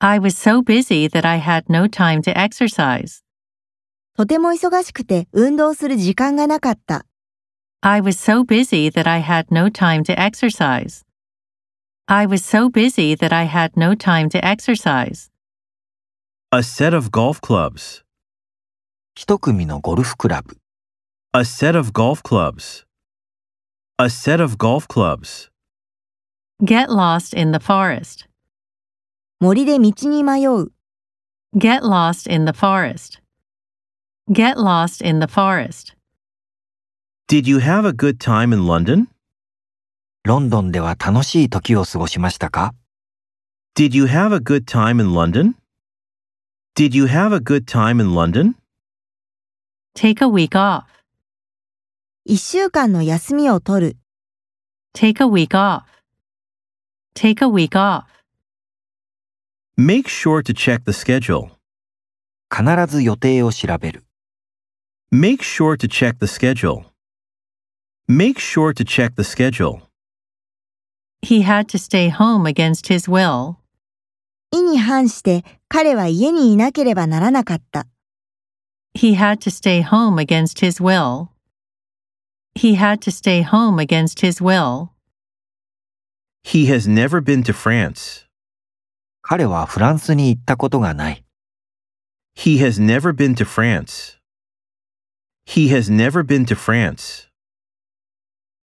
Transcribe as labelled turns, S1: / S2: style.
S1: I was so busy that I had no time to exercise.
S2: とても忙しくて運動する時間がなかった。
S1: I was so busy that I had no time to exercise. I was so busy that I had no time to exercise.
S3: A set of golf clubs.
S4: 一組のゴルフクラブ、
S3: A set of golf clubs. A set of golf clubs.
S1: Get lost in the forest.
S2: 森で道に迷う。
S1: Get lost in the forest. Get lost in the forest.
S3: Did you have a good time in London?
S4: ロンドンでは楽しい時を過ごしましたか
S3: Did you have a good time in London? Did you have a good time in London?
S1: Take a week off.
S2: 一週間の休みを取る。
S1: Take a week off. Take a week off.
S3: Make sure to check the schedule.
S4: 必ず予定を調べる。
S3: Make sure to check the schedule. Make sure to check the schedule.
S1: He had to stay home against his will.
S2: 意に反して彼は家にいなければならなかった。
S1: He had to stay home against his will. He had to stay home against his will.
S3: He has never been to France.
S4: 彼はフランスに行ったことがない。
S3: He has never been to France. He has never been to France.